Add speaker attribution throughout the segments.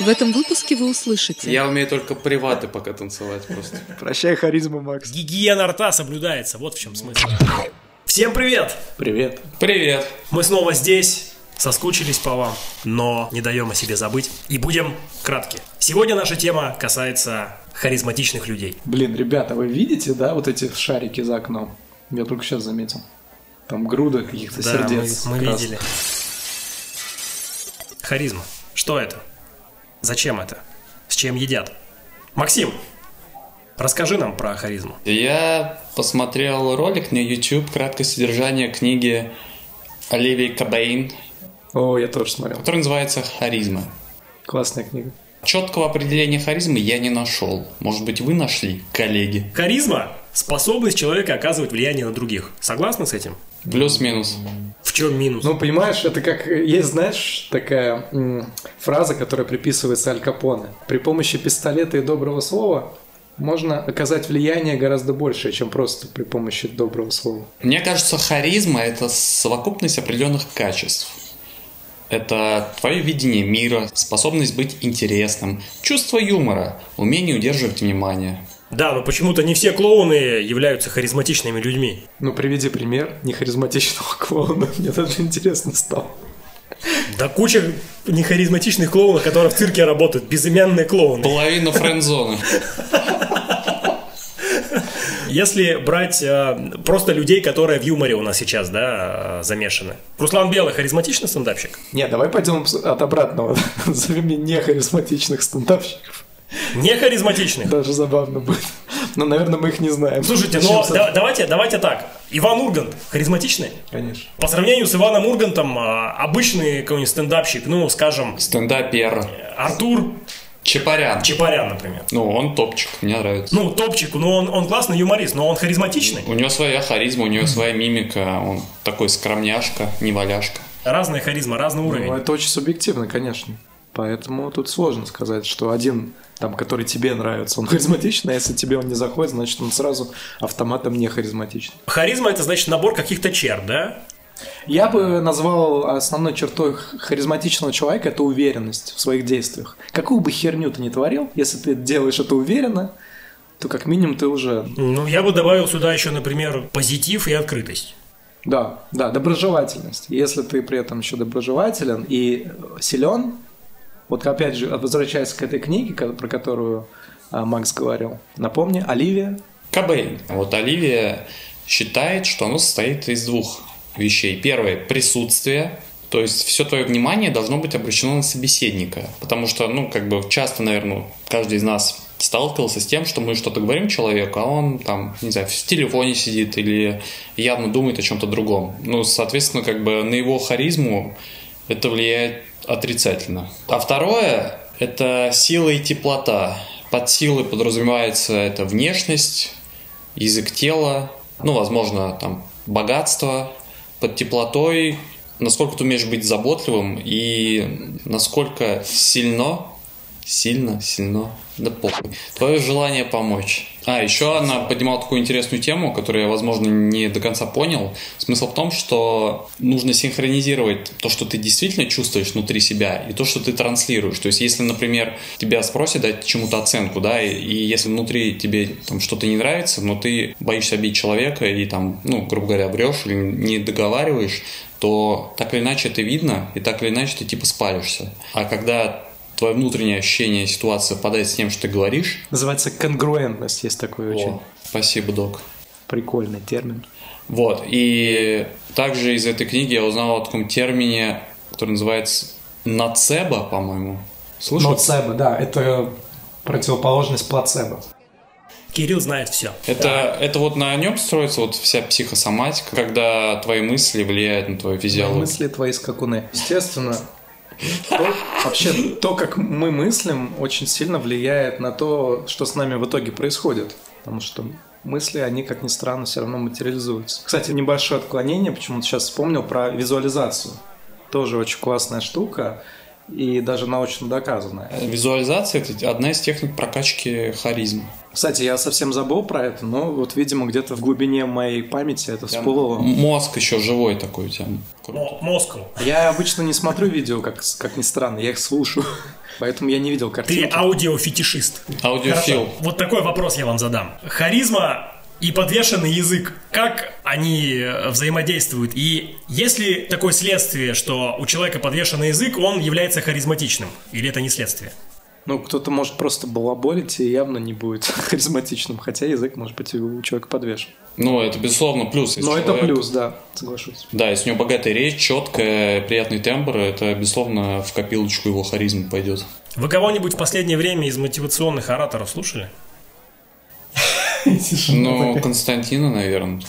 Speaker 1: В этом выпуске вы услышите.
Speaker 2: Я умею только приваты пока танцевать просто.
Speaker 3: Прощай харизму, Макс.
Speaker 4: Гигиена рта соблюдается, вот в чем смысл. Всем привет!
Speaker 5: Привет.
Speaker 2: Привет.
Speaker 4: Мы снова здесь, соскучились по вам, но не даем о себе забыть и будем кратки. Сегодня наша тема касается харизматичных людей.
Speaker 5: Блин, ребята, вы видите, да, вот эти шарики за окном? Я только сейчас заметил. Там груда каких-то
Speaker 4: Да,
Speaker 5: сердец.
Speaker 4: мы, мы
Speaker 5: красных.
Speaker 4: видели. Харизма. Что это? Зачем это? С чем едят? Максим, расскажи нам про харизму.
Speaker 2: Я посмотрел ролик на YouTube краткое содержание книги Оливии Кабейн,
Speaker 5: О, я тоже смотрел.
Speaker 2: которая называется «Харизма».
Speaker 5: Классная книга.
Speaker 2: Четкого определения харизмы я не нашел. Может быть, вы нашли, коллеги?
Speaker 4: Харизма – способность человека оказывать влияние на других. Согласны с этим?
Speaker 2: Плюс-минус.
Speaker 4: В чем минус?
Speaker 5: Ну, понимаешь, это как... Есть, знаешь, такая м, фраза, которая приписывается Аль Капоне. При помощи пистолета и доброго слова можно оказать влияние гораздо большее, чем просто при помощи доброго слова.
Speaker 2: Мне кажется, харизма – это совокупность определенных качеств. Это твое видение мира, способность быть интересным, чувство юмора, умение удерживать внимание.
Speaker 4: Да, но почему-то не все клоуны являются харизматичными людьми.
Speaker 5: Ну, приведи пример нехаризматичного клоуна. Мне даже интересно стало.
Speaker 4: Да куча нехаризматичных клоунов, которые в цирке работают, безымянные клоуны.
Speaker 2: Половина френдзоны.
Speaker 4: Если брать э, просто людей, которые в юморе у нас сейчас, да, э, замешаны. Руслан Белый харизматичный стендапчик?
Speaker 5: Не, давай пойдем с- от обратного. Назови мне нехаризматичных стендапщиков.
Speaker 4: Не харизматичный.
Speaker 5: Даже забавно будет. Но, наверное, мы их не знаем.
Speaker 4: Слушайте,
Speaker 5: Начнем
Speaker 4: но
Speaker 5: с-
Speaker 4: да- давайте, давайте так. Иван Ургант харизматичный?
Speaker 5: Конечно.
Speaker 4: По сравнению с Иваном Ургантом, э, обычный какой-нибудь стендапщик, ну, скажем,
Speaker 2: Стендапер.
Speaker 4: Артур
Speaker 2: Чапарян.
Speaker 4: Чапарян, например.
Speaker 2: Ну, он топчик, мне нравится.
Speaker 4: Ну, топчик, но он, он классный юморист, но он харизматичный.
Speaker 2: У него своя харизма, у него своя мимика, он такой скромняшка, неваляшка.
Speaker 4: Разная харизма, разный
Speaker 5: Ну,
Speaker 4: уровень.
Speaker 5: это очень субъективно, конечно. Поэтому тут сложно сказать, что один, там, который тебе нравится, он харизматичный, а если тебе он не заходит, значит, он сразу автоматом не харизматичный.
Speaker 4: Харизма это значит набор каких-то черт, да?
Speaker 5: Я бы назвал основной чертой х- харизматичного человека это уверенность в своих действиях. Какую бы херню ты ни творил, если ты делаешь это уверенно, то как минимум ты уже
Speaker 4: Ну, я бы добавил сюда еще, например, позитив и открытость.
Speaker 5: Да, да, доброжелательность. Если ты при этом еще доброжелателен и силен, вот опять же, возвращаясь к этой книге, ко- про которую а, Макс говорил, напомни, Оливия,
Speaker 2: Кобейн. Вот Оливия считает, что оно состоит из двух вещей. Первое – присутствие, то есть все твое внимание должно быть обращено на собеседника, потому что, ну, как бы часто, наверное, каждый из нас сталкивался с тем, что мы что-то говорим человеку, а он там, не знаю, в телефоне сидит или явно думает о чем-то другом. Ну, соответственно, как бы на его харизму это влияет отрицательно. А второе – это сила и теплота. Под силой подразумевается это внешность, язык тела, ну, возможно, там, богатство. Под теплотой насколько ты умеешь быть заботливым и насколько сильно, сильно, сильно, да похуй, твое желание помочь. А, еще она поднимала такую интересную тему, которую я, возможно, не до конца понял. Смысл в том, что нужно синхронизировать то, что ты действительно чувствуешь внутри себя, и то, что ты транслируешь. То есть, если, например, тебя спросят дать чему-то оценку, да, и, и если внутри тебе там что-то не нравится, но ты боишься обидеть человека и там, ну, грубо говоря, врешь или не договариваешь, то так или иначе это видно, и так или иначе ты типа спаришься. А когда твое внутреннее ощущение ситуации совпадает с тем, что ты говоришь,
Speaker 5: называется конгруентность, есть такой очень
Speaker 2: о, спасибо, док.
Speaker 5: прикольный термин.
Speaker 2: Вот, и также из этой книги я узнал о таком термине, который называется нацебо, по-моему. Слышал?
Speaker 5: Ноцебо, да, это противоположность плацебо.
Speaker 4: Кирилл знает все.
Speaker 2: Это, это вот на нем строится вот вся психосоматика, когда твои мысли влияют на твою физиологию.
Speaker 5: Мысли твои скакуны. Естественно, то- вообще то, как мы мыслим, очень сильно влияет на то, что с нами в итоге происходит. Потому что мысли, они, как ни странно, все равно материализуются. Кстати, небольшое отклонение, почему-то сейчас вспомнил про визуализацию. Тоже очень классная штука. и даже научно доказанная.
Speaker 2: Визуализация – это одна из техник прокачки харизмы.
Speaker 5: Кстати, я совсем забыл про это, но вот, видимо, где-то в глубине моей памяти это
Speaker 2: Прям
Speaker 5: всплыло.
Speaker 2: Мозг еще живой такой у тебя. Круто.
Speaker 4: Мо- Москву.
Speaker 5: Я обычно не смотрю видео, как, как ни странно, я их слушаю. Поэтому я не видел
Speaker 4: Ты
Speaker 5: картинки.
Speaker 4: аудиофетишист.
Speaker 2: Аудиофил.
Speaker 4: Хорошо. Вот такой вопрос я вам задам. Харизма и подвешенный язык, как они э, взаимодействуют? И есть ли такое следствие, что у человека подвешенный язык, он является харизматичным? Или это не следствие?
Speaker 5: Ну, кто-то может просто балаболить и явно не будет харизматичным, хотя язык, может быть, и у человека подвешен.
Speaker 2: Ну, это, безусловно, плюс. если
Speaker 5: Но это
Speaker 2: человек-
Speaker 5: плюс, да, соглашусь.
Speaker 2: Да, если у него богатая речь, четкая, приятный тембр, это, безусловно, в копилочку его харизмы пойдет.
Speaker 4: Вы кого-нибудь в последнее время из мотивационных ораторов слушали?
Speaker 2: Ну, Константина, наверное.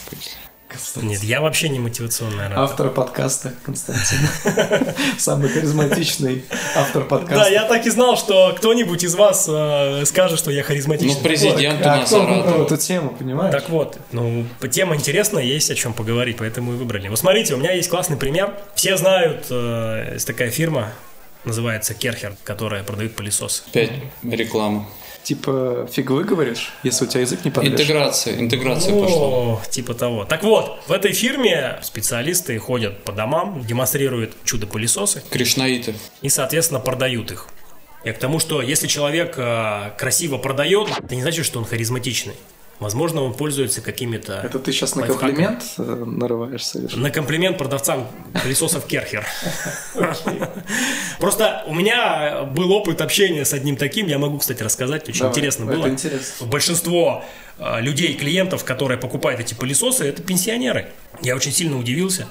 Speaker 2: так сказать.
Speaker 4: Нет, я вообще не мотивационный оратор.
Speaker 3: Автор подкаста Константин. Самый харизматичный автор подкаста.
Speaker 4: Да, я так и знал, что кто-нибудь из вас э, скажет, что я харизматичный.
Speaker 2: Ну, президент у
Speaker 3: А
Speaker 2: нас
Speaker 3: кто выбрал
Speaker 2: оратор.
Speaker 3: эту тему, понимаешь?
Speaker 4: Так вот, ну, тема интересная, есть о чем поговорить, поэтому и выбрали. Вот смотрите, у меня есть классный пример. Все знают, э, есть такая фирма, называется Керхер, которая продает пылесосы.
Speaker 2: Опять реклама.
Speaker 5: Типа, фиг выговоришь, если у тебя язык не подвешен.
Speaker 2: Интеграция, интеграция пошла.
Speaker 4: О, типа того. Так вот, в этой фирме специалисты ходят по домам, демонстрируют чудо-пылесосы
Speaker 2: Кришнаиты.
Speaker 4: и, соответственно, продают их. Я к тому, что если человек э, красиво продает, это не значит, что он харизматичный. Возможно, он пользуется какими-то...
Speaker 5: Это ты сейчас на
Speaker 4: лайфхаками.
Speaker 5: комплимент э, нарываешься? или что?
Speaker 4: На комплимент продавцам пылесосов Керхер. Просто у меня был опыт общения с одним таким, я могу, кстати, рассказать, очень
Speaker 5: Давай,
Speaker 4: интересно
Speaker 5: это
Speaker 4: было.
Speaker 5: интересно.
Speaker 4: Большинство э, людей, клиентов, которые покупают эти пылесосы, это пенсионеры. Я очень сильно удивился,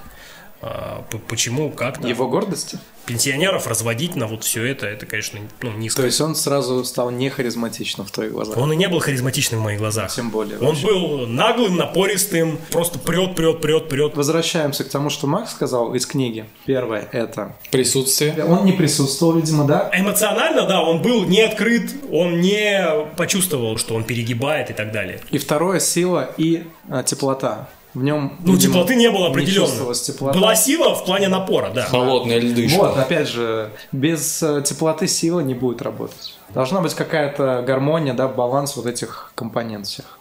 Speaker 4: э, п- почему, как-то
Speaker 5: Его гордости?
Speaker 4: пенсионеров разводить на вот все это, это, конечно, ну, низко.
Speaker 5: То есть он сразу стал не харизматичным в твоих глазах.
Speaker 4: Типа, Он и не был харизматичным в моих глазах.
Speaker 5: Тем более.
Speaker 4: Он был наглым, напористым, просто прет, прет, прет, прет.
Speaker 5: Возвращаемся к тому, что Макс сказал из книги. Первое – это...
Speaker 2: Присутствие.
Speaker 3: Он не присутствовал, видимо, да?
Speaker 4: Эмоционально, да, он был не открыт, он не почувствовал, что он перегибает и так далее.
Speaker 5: И второе – сила и а, теплота. В нем,
Speaker 4: Ну,
Speaker 5: видимо,
Speaker 4: теплоты не было определенно.
Speaker 5: чувствовалась теплота.
Speaker 4: Была сила в плане напора, да.
Speaker 2: Холодная
Speaker 5: Вот,
Speaker 3: а-
Speaker 2: льдышка.
Speaker 5: опять же, без э, теплоты сила не будет работать. Должна быть какая-то гармония, да, баланс вот этих компонент всех.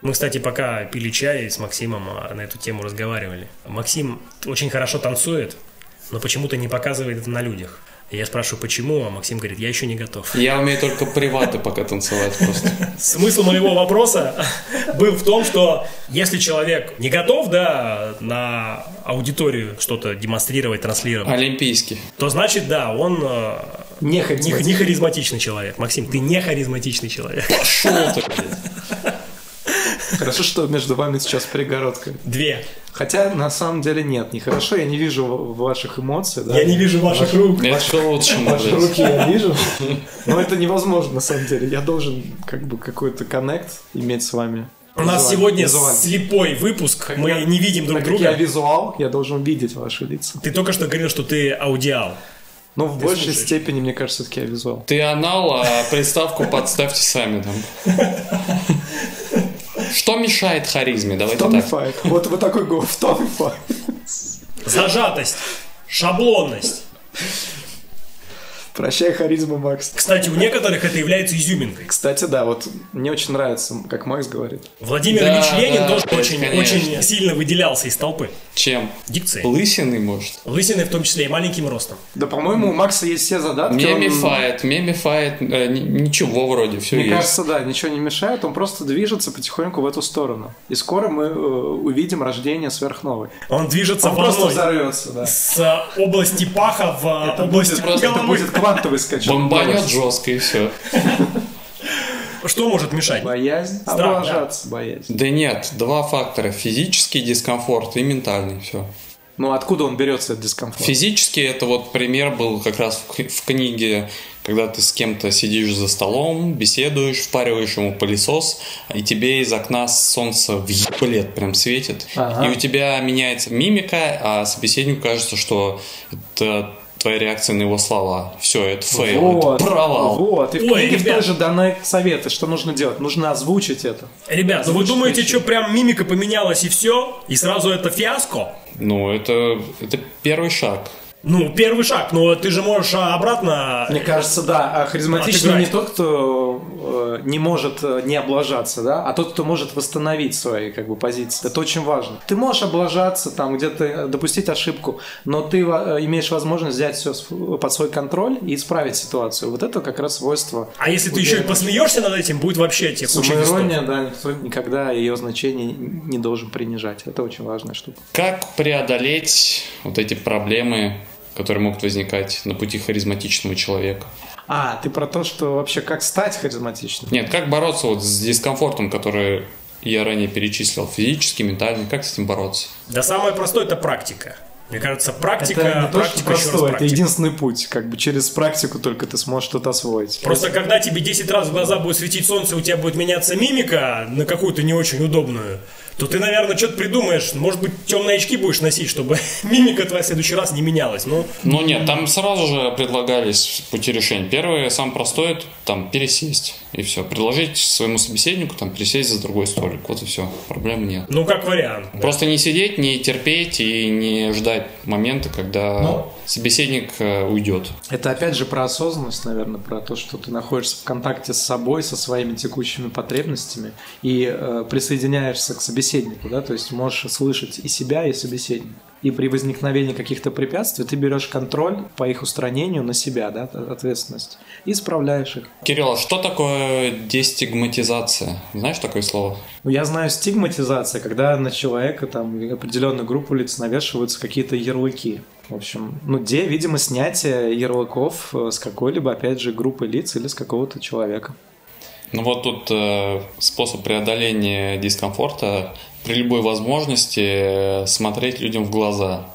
Speaker 4: Мы, кстати, пока пили чай с Максимом а, на эту тему разговаривали. Максим очень хорошо танцует, но почему-то не показывает это на людях. Я спрашиваю, почему, а Максим говорит, я еще не готов.
Speaker 2: Я умею только приваты пока танцевать просто.
Speaker 4: Смысл моего вопроса был в том, что если человек не готов, да, на аудиторию что-то демонстрировать, транслировать,
Speaker 2: Олимпийский.
Speaker 4: то значит, да, он э,
Speaker 3: Не
Speaker 4: не,
Speaker 3: харизматичный.
Speaker 4: не харизматичный человек. Максим, ты не харизматичный человек.
Speaker 2: Пошел ты, блядь.
Speaker 5: Хорошо, что между вами сейчас перегородка.
Speaker 4: Две.
Speaker 5: Хотя, на самом деле, нет, нехорошо. Я не вижу в- ваших эмоций, да.
Speaker 4: Я не вижу ваших рук.
Speaker 2: Это к лучшему,
Speaker 3: Ваши
Speaker 2: блядь.
Speaker 3: руки я вижу.
Speaker 5: Но это невозможно, на самом деле. Я должен, как бы, какой-то коннект иметь с вами.
Speaker 4: У нас
Speaker 5: Визуально-
Speaker 4: сегодня
Speaker 5: визуально.
Speaker 4: слепой выпуск, мы
Speaker 5: я-
Speaker 4: не видим друг
Speaker 5: Так как я
Speaker 4: друга.
Speaker 5: визуал, я должен видеть ваши лица.
Speaker 4: Ты только что говорил, что ты аудиал.
Speaker 5: Но в большей
Speaker 4: слушаешь.
Speaker 5: степени, мне кажется, все-таки я визуал.
Speaker 2: Ты анал, а приставку подставьте сами там. Что мешает харизме? Давайте
Speaker 5: Томми
Speaker 2: так.
Speaker 5: Файв. Вот вы такой го, в Томми Файв.
Speaker 4: Зажатость, шаблонность.
Speaker 5: Прощай, харизма, Макс.
Speaker 4: Кстати, у некоторых это является изюминкой.
Speaker 5: Кстати, да, вот мне очень нравится, как Макс говорит.
Speaker 4: Владимир
Speaker 2: Да,
Speaker 4: Ильич Ленин
Speaker 2: да,
Speaker 4: тоже
Speaker 2: конечно,
Speaker 4: очень,
Speaker 2: конечно.
Speaker 4: очень сильно выделялся из толпы.
Speaker 2: Чем?
Speaker 4: Дикцией.
Speaker 2: Лысиный, может?
Speaker 4: Лысиной в том числе и маленьким ростом.
Speaker 5: Да, по-моему, у Макса есть все задатки. он-
Speaker 2: Мемифает, мемифает, э, ни- ничего вроде, все
Speaker 5: Мне
Speaker 2: есть.
Speaker 5: кажется, да, ничего не мешает, он просто движется потихоньку в эту сторону. И скоро мы э, увидим рождение сверхновой.
Speaker 4: Он движется
Speaker 5: А Он просто
Speaker 4: волной
Speaker 5: взорвется, да.
Speaker 4: с э, области паха в э, область
Speaker 2: просто-
Speaker 5: Это
Speaker 4: головы.
Speaker 5: будет квантовый скачок.
Speaker 2: Бомбанет жестко и все.
Speaker 4: Что может мешать?
Speaker 5: Боязнь
Speaker 4: Страх, да.
Speaker 5: облажаться, боязнь.
Speaker 2: Да нет, два фактора. Физический дискомфорт и ментальный. Все.
Speaker 5: Ну откуда он берется, этот дискомфорт?
Speaker 2: Физически это вот пример был как раз в, кни- в книге, когда ты с кем-то сидишь за столом, беседуешь, впариваешь ему пылесос, и тебе из окна солнце в ебалет прям светит.
Speaker 5: Ага.
Speaker 2: И у тебя меняется мимика, а собеседнику кажется, что это твоя реакция на его слова. Все, это фейл, это провал.
Speaker 5: Вот, и в
Speaker 4: Ой,
Speaker 5: книге в той
Speaker 4: ребят.
Speaker 5: же даны советы, что нужно делать. Нужно озвучить это.
Speaker 4: Ребят, ну вы думаете, что прям мимика поменялась и все? И сразу это фиаско?
Speaker 2: Ну, это, это первый шаг.
Speaker 4: Ну, первый шаг, но ты же можешь а, обратно...
Speaker 5: Мне кажется, да, а харизматичный не
Speaker 4: Отыграть.
Speaker 5: тот, кто э, не может э, не облажаться, да, а тот, кто может восстановить свои как бы позиции. Это очень важно. Ты можешь облажаться, там где-то э, допустить ошибку, но ты во- э, имеешь возможность взять все под свой контроль и исправить ситуацию. Вот это как раз свойство.
Speaker 4: А если ты еще и посмеешься над этим, будет вообще тебе куча
Speaker 5: Самоирония, да, никто никогда ее значение не должен принижать. Это очень важная штука.
Speaker 2: Как преодолеть вот эти проблемы, которые могут возникать на пути харизматичного человека?
Speaker 5: А, ты про то, что вообще как стать харизматичным?
Speaker 2: Нет, как бороться вот с дискомфортом, который я ранее перечислил, физически, ментальный, как с этим бороться?
Speaker 4: Да самое простое это практика. Мне кажется, практика,
Speaker 5: это не то, что
Speaker 4: практика, еще раз
Speaker 5: простое, это
Speaker 4: практика.
Speaker 5: единственный путь. Как бы через практику только ты сможешь что-то освоить.
Speaker 4: Просто когда тебе 10 раз в глаза будет светить солнце, у тебя будет меняться мимика на какую-то не очень удобную, то ты, наверное, что-то придумаешь. Может быть, темные очки будешь носить, чтобы мимика твоя в следующий раз не менялась. Ну,
Speaker 2: Ну нет, там сразу же предлагались пути решения. Первое, самое простое, это там пересесть и все. Предложить своему собеседнику там пересесть за другой столик. Вот и все. Проблем нет.
Speaker 4: ну как вариант. да.
Speaker 2: Просто не сидеть, не терпеть и не ждать момента, когда
Speaker 3: Ну.
Speaker 2: собеседник э, уйдет.
Speaker 5: Это опять же про осознанность, наверное, про то, что ты находишься в контакте с собой, со своими текущими потребностями и э, присоединяешься к собеседнику, да, то есть можешь слышать и себя, и собеседника. И при возникновении каких-то препятствий ты берешь контроль по их устранению на себя, да, от- ответственность, и исправляешь их.
Speaker 2: Кирилл, а что такое дестигматизация? Знаешь такое слово?
Speaker 5: Ну, я знаю стигматизация, когда на человека, там, и определенную группу лиц навешиваются какие-то ярлыки. В общем, ну, где, видимо, снятие ярлыков э, с какой-либо, опять же, группы лиц или с какого-то человека.
Speaker 2: Ну вот тут э, способ преодоления дискомфорта при любой возможности э, смотреть людям в глаза.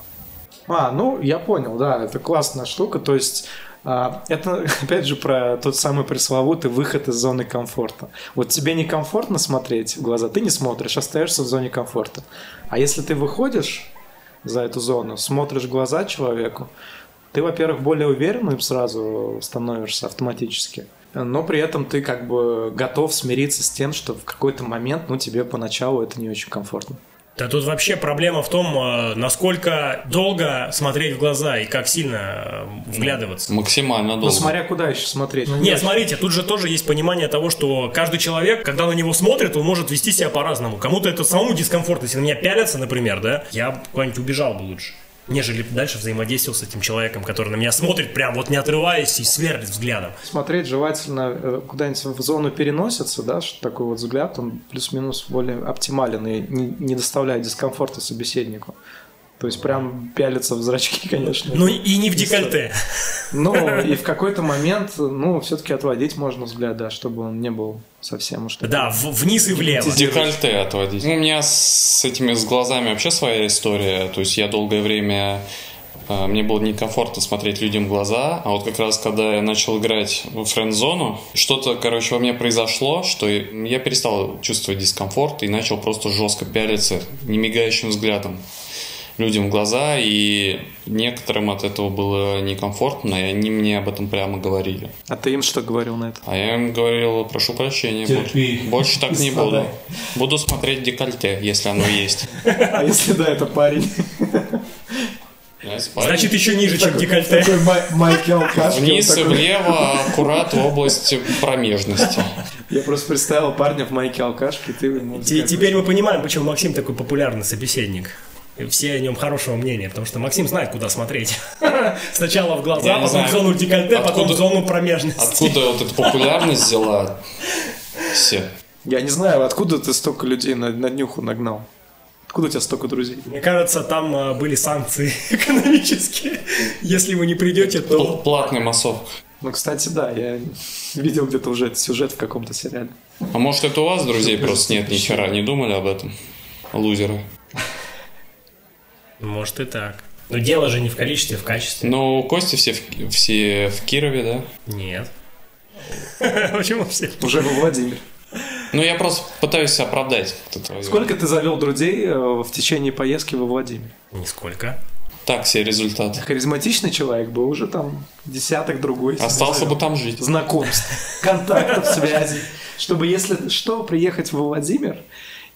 Speaker 5: А, ну, я понял, да, это классная штука, то есть... а, Это, опять же, про тот самый пресловутый выход из зоны комфорта. Вот тебе некомфортно смотреть в глаза, ты не смотришь, остаешься в зоне комфорта. А если ты выходишь за эту зону, смотришь в глаза человеку, ты, во-первых, более уверенным сразу становишься автоматически, но при этом ты как бы готов смириться с тем, что в какой-то момент, ну, тебе поначалу это не очень комфортно.
Speaker 4: Да тут вообще проблема в том, э, насколько долго смотреть в глаза и как сильно э, вглядываться.
Speaker 2: Максимально долго.
Speaker 5: Но Ну, смотря куда еще смотреть. Ну, не
Speaker 4: Нет, смотрите, тут же тоже есть понимание того, что каждый человек, когда на него смотрит, он может вести себя по-разному. Кому-то это самому дискомфортно, если на меня пялятся, например, да, я бы куда-нибудь убежал бы лучше. Нежели дальше взаимодействовал с этим человеком, который на меня смотрит, прям вот не отрываясь и сверлит взглядом.
Speaker 5: смотреть желательно э, куда-нибудь в зону переносится, да, что такой вот взгляд, он плюс-минус более оптимален и не, не доставляет дискомфорта собеседнику. То есть прям пялится в зрачки, конечно.
Speaker 4: Ну и- и не в декольте.
Speaker 5: Но и в какой-то момент, ну, все-таки отводить можно взгляд, да, чтобы он не был совсем уж таким.
Speaker 4: Да, в- вниз и влево.
Speaker 2: Декольте отводить. Ну, У меня с этими с глазами вообще своя история. То есть я долгое время э, мне было некомфортно смотреть людям в глаза, а вот как раз когда я начал играть в френд-зону, что-то, короче, во мне произошло, что и- я перестал чувствовать дискомфорт и начал просто жестко пялиться немигающим взглядом людям в глаза, и некоторым от этого было некомфортно, и они мне об этом прямо говорили.
Speaker 5: А ты им что говорил на это?
Speaker 2: А я им говорил, прошу прощения,
Speaker 3: Терпи.
Speaker 2: бо- больше так не буду.
Speaker 3: Страдай.
Speaker 2: Буду смотреть декольте, если оно есть.
Speaker 5: А если да, это парень?
Speaker 4: Значит, еще ниже, чем декольте.
Speaker 3: Такой Май- Майкл Кашкин.
Speaker 2: Вниз и
Speaker 3: такой.
Speaker 2: влево, аккурат в области промежности.
Speaker 5: Я просто представил парня в майке алкашки, ты ему...
Speaker 4: Те- Теперь мы понимаем, почему Максим такой популярный собеседник. И Все о нем хорошего мнения, потому что Максим знает, куда смотреть. Сначала в
Speaker 2: Я
Speaker 4: глаза,
Speaker 2: не
Speaker 4: потом в
Speaker 2: знаю,
Speaker 4: зону декольте, потом в
Speaker 2: откуда-
Speaker 4: зону промежности.
Speaker 2: Откуда вот эта популярность взяла все?
Speaker 5: Я не знаю, откуда ты столько людей на, на днюху нагнал? Откуда у тебя столько друзей?
Speaker 4: Мне кажется, там э, были санкции экономические. Если вы не придете,
Speaker 2: Пл-
Speaker 4: то...
Speaker 2: Платная массовка.
Speaker 5: Ну, кстати, да, я видел где-то уже этот сюжет в каком-то сериале.
Speaker 2: А может, это у вас друзей просто нет ни хера, не думали об этом? Лузеры.
Speaker 4: Может и так. Но дело же не в количестве, а в качестве.
Speaker 2: Ну, у Кости все в, все в Кирове, да?
Speaker 4: Нет. Почему все?
Speaker 5: Уже во Владимир.
Speaker 2: Ну, я просто пытаюсь оправдать. этот разговор.
Speaker 5: Сколько ты завел друзей э, в течение поездки во Владимир?
Speaker 4: Нисколько.
Speaker 2: Так себе результат.
Speaker 5: Харизматичный человек был уже там десяток другой.
Speaker 2: Остался бы там жить.
Speaker 5: Знакомств, контактов, связей. Чтобы, если что, приехать во Владимир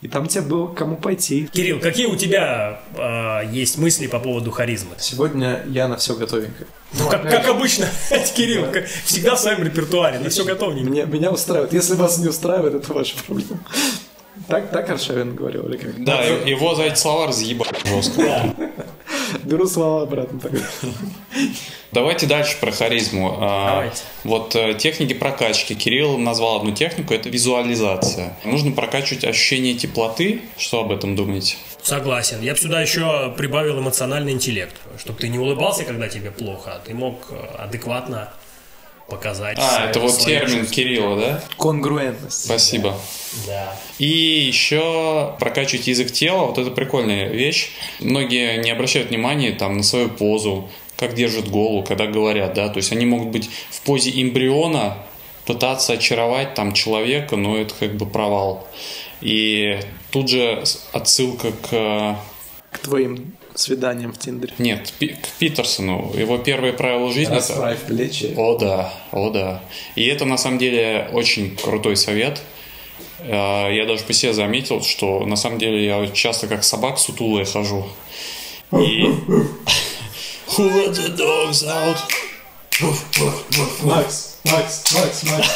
Speaker 5: И там тебе было к кому пойти.
Speaker 4: Кирилл, какие у тебя э, есть мысли по поводу харизмы?
Speaker 5: Сегодня я на все готовенькое.
Speaker 4: Ну, как, как обычно, Кирилл, как- всегда в своем репертуаре, на все готовненько.
Speaker 5: Меня, меня устраивает. Если вас не устраивает, это ваша проблема. Так, так Аршавин говорил, или как?
Speaker 2: Да, и- его за эти слова разъебали жестко.
Speaker 5: Беру слова обратно. Так.
Speaker 2: Давайте дальше про харизму. А,
Speaker 4: Давайте.
Speaker 2: Вот э, техники прокачки. Кирилл назвал одну технику, это визуализация. Нужно прокачивать ощущение теплоты. Что об этом думаете?
Speaker 4: Согласен. Я бы сюда еще прибавил эмоциональный интеллект, чтобы ты не улыбался, когда тебе плохо, а ты мог э, адекватно показать.
Speaker 2: А,
Speaker 4: свои-
Speaker 2: это вот
Speaker 4: свои
Speaker 2: термин
Speaker 4: чувства.
Speaker 2: Кирилла, да?
Speaker 5: Конгруентность.
Speaker 2: Спасибо.
Speaker 4: Да.
Speaker 2: И еще прокачивать язык тела, вот это прикольная вещь. Многие не обращают внимания там на свою позу, как держат голову, когда говорят, да, то есть они могут быть в позе эмбриона, пытаться очаровать там человека, но это как бы провал. И тут же с- отсылка к... э,
Speaker 5: К твоим свиданиям в Тиндере.
Speaker 2: Нет, Пи- к Питерсону. Его первое правило жизни... это-
Speaker 5: Расправь плечи.
Speaker 2: о да, о да. И это на самом деле очень крутой совет. Э, Я даже по себе заметил, что на самом деле я вот часто как собак сутулая хожу. И... Who let the dogs out?
Speaker 5: Макс, Макс, Макс, Макс.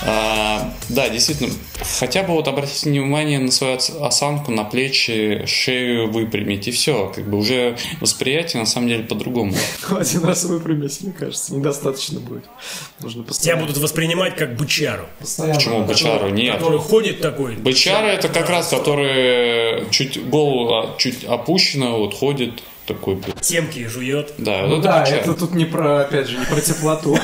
Speaker 2: А, да, действительно, хотя бы вот обратите внимание на свою ос- осанку, на плечи, шею выпрямить, и все. Как бы уже восприятие на самом деле по-другому.
Speaker 5: Ну, Один раз выпрямись, мне кажется, недостаточно будет. Нужно
Speaker 4: Тебя
Speaker 5: постоянно.
Speaker 4: будут воспринимать как бычару,
Speaker 5: постоянно.
Speaker 2: Почему Ну, бычару? Нет.
Speaker 4: который ходит такой.
Speaker 2: Бычара это как раз, который чуть голову а, чуть опущена, вот ходит такой, блин.
Speaker 4: Темки жует.
Speaker 2: Да,
Speaker 5: Ну
Speaker 2: вот
Speaker 5: да,
Speaker 2: бычара.
Speaker 5: это тут не про, опять же, не про теплоту.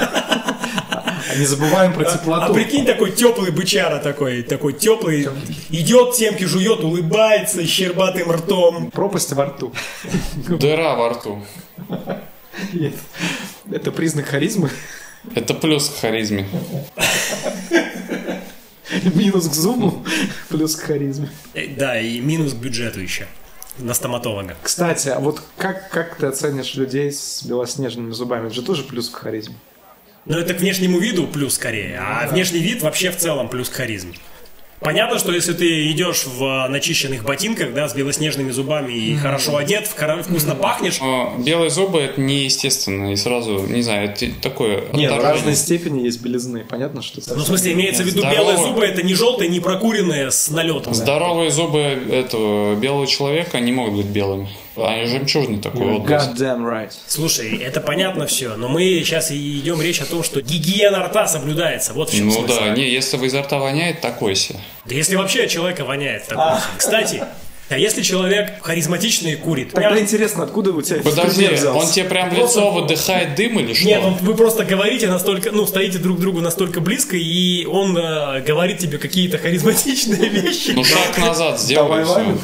Speaker 5: А Не забываем про
Speaker 4: А
Speaker 5: теплоту.
Speaker 4: прикинь, такой теплый бычара такой, такой теплый, идет, темки жует, улыбается щербатым ртом.
Speaker 5: Пропасть во рту.
Speaker 2: Дыра во рту.
Speaker 5: Нет. Это признак харизмы.
Speaker 2: Это плюс к харизме.
Speaker 5: Минус к зуму, плюс к харизме.
Speaker 4: Э, Да, и минус к бюджету еще. На стоматолога.
Speaker 5: Кстати, а вот как, как ты оценишь людей с белоснежными зубами? Это же тоже плюс к харизме.
Speaker 4: Но это к внешнему виду плюс скорее, а внешний вид вообще в целом плюс к харизме. Понятно, что если ты идешь в а, начищенных ботинках, да, с белоснежными зубами и хорошо одет, в кора- вкусно пахнешь,
Speaker 2: Но А, белые зубы это неестественно. И сразу, не знаю, это такое
Speaker 5: Нет, в
Speaker 2: отторжение.
Speaker 5: разной степени есть белизны. Понятно, что...
Speaker 4: ну, в смысле, имеется в виду
Speaker 2: Здорово.
Speaker 4: белые зубы, это не желтые, не прокуренные с налетом.
Speaker 2: Здоровые зубы этого белого человека не могут быть белыми. Они жемчужный такой отблеск.
Speaker 5: God damn right.
Speaker 4: Слушай, это понятно все, но мы сейчас и идем речь о том, что гигиена рта соблюдается. Вот в чем
Speaker 2: Ну
Speaker 4: смысл.
Speaker 2: да, не, если вы изо рта воняет, такой себе.
Speaker 4: Да если вообще от человека воняет такой. Кстати, а если человек харизматичный и курит?
Speaker 5: Тогда
Speaker 4: Я-
Speaker 5: интересно, откуда у тебя этот
Speaker 2: Подожди,
Speaker 5: пример
Speaker 2: он
Speaker 5: взялся? ну
Speaker 2: тебе прям в лицо выдыхает дым или что?
Speaker 4: Нет, он- вы просто говорите настолько, ну, стоите друг к другу настолько близко, и он э, говорит тебе какие-то харизматичные вещи.
Speaker 2: Ну шаг назад сделай.
Speaker 5: Давай,
Speaker 2: и всё.
Speaker 5: Ваня.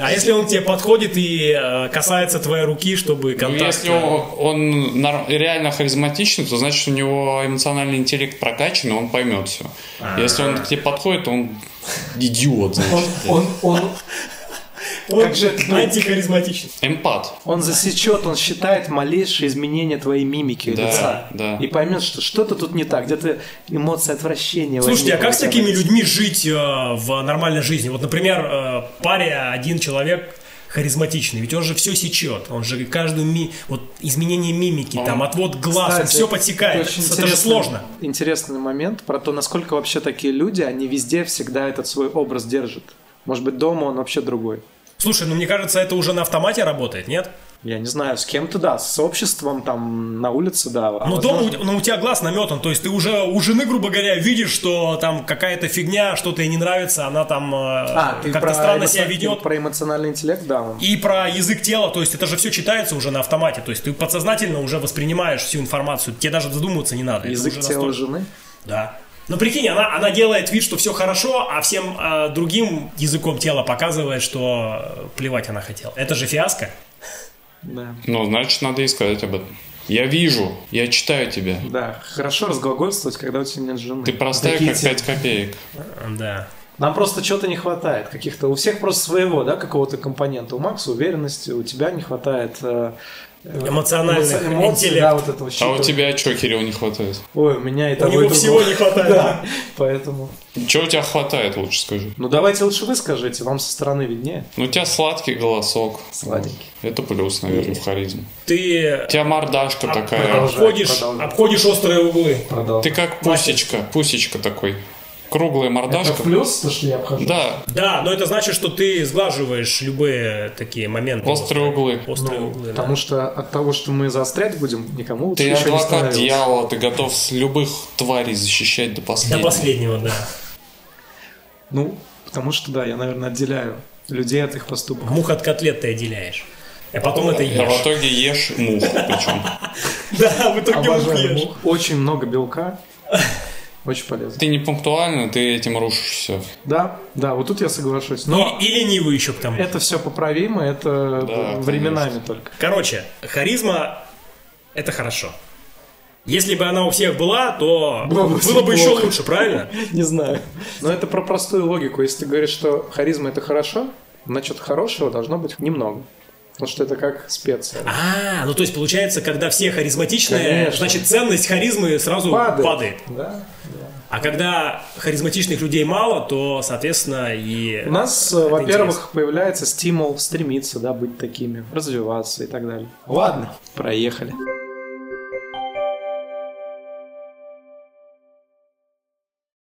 Speaker 4: А если он тебе подходит и э, касается твоей руки, чтобы
Speaker 2: Ну,
Speaker 4: контакт...
Speaker 2: Если он, он нар- реально харизматичный, то значит у него эмоциональный интеллект прокачан, и он поймет все. Если он к тебе подходит, он идиот,
Speaker 5: Он,
Speaker 2: значит.
Speaker 5: он, он,
Speaker 4: Он
Speaker 5: как же-
Speaker 4: антихаризматичный.
Speaker 2: Эмпат.
Speaker 5: он засечет, он считает малейшие изменения твоей мимики
Speaker 2: Да,
Speaker 5: лица.
Speaker 2: да.
Speaker 5: И поймет, что что-то тут не так, где-то эмоция отвращения.
Speaker 4: Слушайте, а
Speaker 5: возникла
Speaker 4: как с
Speaker 5: у тебя
Speaker 4: такими
Speaker 5: на лице.
Speaker 4: людьми жить э, в нормальной жизни? Вот, например, э, паре один человек харизматичный, ведь он же все сечет, он же каждую ми... вот изменение мимики, там отвод глаз, он
Speaker 5: Кстати,
Speaker 4: все подсекает,
Speaker 5: очень
Speaker 4: это же
Speaker 5: интересный-
Speaker 4: сложно.
Speaker 5: Интересный момент про то, насколько вообще такие люди, они везде всегда этот свой образ держат. Может быть, дома он вообще другой.
Speaker 4: Слушай, ну мне кажется, это уже на автомате работает, нет?
Speaker 5: Я не знаю, с кем-то, да, с обществом, там, на улице, да. а
Speaker 4: Ну, дома у,
Speaker 5: возможно-
Speaker 4: ну, у тебя глаз наметан, то есть ты уже у жены, грубо говоря, видишь, что там какая-то фигня, что-то ей не нравится, она там э,
Speaker 5: А, ты
Speaker 4: как-то
Speaker 5: про
Speaker 4: странно себя
Speaker 5: эмоци-
Speaker 4: ведет.
Speaker 5: Про эмоциональный интеллект, да. он.
Speaker 4: И про язык тела, то есть это же все читается уже на автомате, то есть ты подсознательно уже воспринимаешь всю информацию, тебе даже задумываться не надо. это
Speaker 5: Язык
Speaker 4: уже
Speaker 5: тела
Speaker 4: настолько-
Speaker 5: жены.
Speaker 4: Да. Ну прикинь, она, она делает вид, что все хорошо, а всем э, другим языком тела показывает, что э, плевать она хотела. Это же фиаско.
Speaker 5: Да.
Speaker 2: Ну, значит, надо и сказать об этом. Я вижу, я читаю тебя.
Speaker 5: Да, хорошо разглагольствовать, когда у тебя нет жены.
Speaker 2: Ты простая,
Speaker 5: Такие
Speaker 2: как
Speaker 5: темы.
Speaker 2: 5 копеек.
Speaker 4: Да.
Speaker 5: Нам просто чего-то не хватает, каких-то. У всех просто своего, да, какого-то компонента. У Макса уверенности, у тебя не хватает э,
Speaker 4: Эмоциональных
Speaker 5: эмоций,
Speaker 4: интеллект.
Speaker 5: да, вот
Speaker 2: А
Speaker 5: этого
Speaker 2: у
Speaker 5: считывать.
Speaker 2: тебя что, Кирилл, не хватает?
Speaker 5: Ой, у меня и
Speaker 4: У
Speaker 5: того,
Speaker 4: него
Speaker 5: и
Speaker 4: всего
Speaker 5: другого.
Speaker 4: не хватает.
Speaker 5: Да, поэтому...
Speaker 2: Чего у тебя хватает, лучше скажи?
Speaker 5: Ну давайте лучше вы скажите, вам со стороны виднее.
Speaker 2: Ну, у тебя сладкий голосок.
Speaker 5: Сладенький.
Speaker 2: Это плюс, наверное, в харизме.
Speaker 4: Ты
Speaker 2: У тебя мордашка такая.
Speaker 5: А продолжай.
Speaker 4: обходишь,
Speaker 5: продолжай.
Speaker 4: обходишь острые углы.
Speaker 5: Продал.
Speaker 2: Ты как пусечка, пусечка такой. Круглая
Speaker 5: Это
Speaker 2: мордашка.
Speaker 5: в плюс, то, что я обхожу?
Speaker 2: Да,
Speaker 4: Да, но это значит, что ты сглаживаешь любые такие моменты.
Speaker 2: острые углы.
Speaker 4: Острые
Speaker 5: Ну,
Speaker 4: углы, да.
Speaker 5: потому что от того, что мы заострять будем, никому лучше
Speaker 2: Ты
Speaker 5: еще не
Speaker 2: адвокат
Speaker 5: становилось.
Speaker 2: дьявола, ты готов с любых тварей защищать до
Speaker 4: До
Speaker 2: последнего.
Speaker 4: последнего, да.
Speaker 5: Ну, потому что, да, я, наверное, отделяю людей от их поступков.
Speaker 4: Мух от котлет ты отделяешь. А потом это
Speaker 2: А в
Speaker 4: ешь.
Speaker 2: итоге ешь мух причем.
Speaker 4: Да, в итоге мух
Speaker 5: Обожаю
Speaker 4: ешь.
Speaker 5: мух. Очень много белка. Очень полезно.
Speaker 2: Ты не пунктуальный, ты этим рушишь все.
Speaker 5: Да, да, вот тут я соглашусь. Но
Speaker 4: И, и ленивый еще к тому. же.
Speaker 5: это все поправимо, это
Speaker 2: Да,
Speaker 5: временами только.
Speaker 4: Короче, харизма – это хорошо. Если бы она у всех была, то
Speaker 5: Было
Speaker 4: было
Speaker 5: бы
Speaker 4: бы,
Speaker 5: всё
Speaker 4: еще
Speaker 5: плохо.
Speaker 4: лучше, правильно?
Speaker 5: Не знаю. Но это про простую логику. Если ты говоришь, что харизма это хорошо, значит хорошего должно быть немного. Потому что это как специя.
Speaker 4: А, ну то есть получается, когда все харизматичные,
Speaker 5: Конечно.
Speaker 4: значит ценность харизмы сразу падает.
Speaker 5: Падает. Да.
Speaker 4: А когда харизматичных людей мало, то, соответственно, и...
Speaker 5: У нас, э,
Speaker 4: это
Speaker 5: во-первых,
Speaker 4: интересно.
Speaker 5: появляется стимул стремиться, да, быть такими, развиваться и так далее. Ладно, проехали.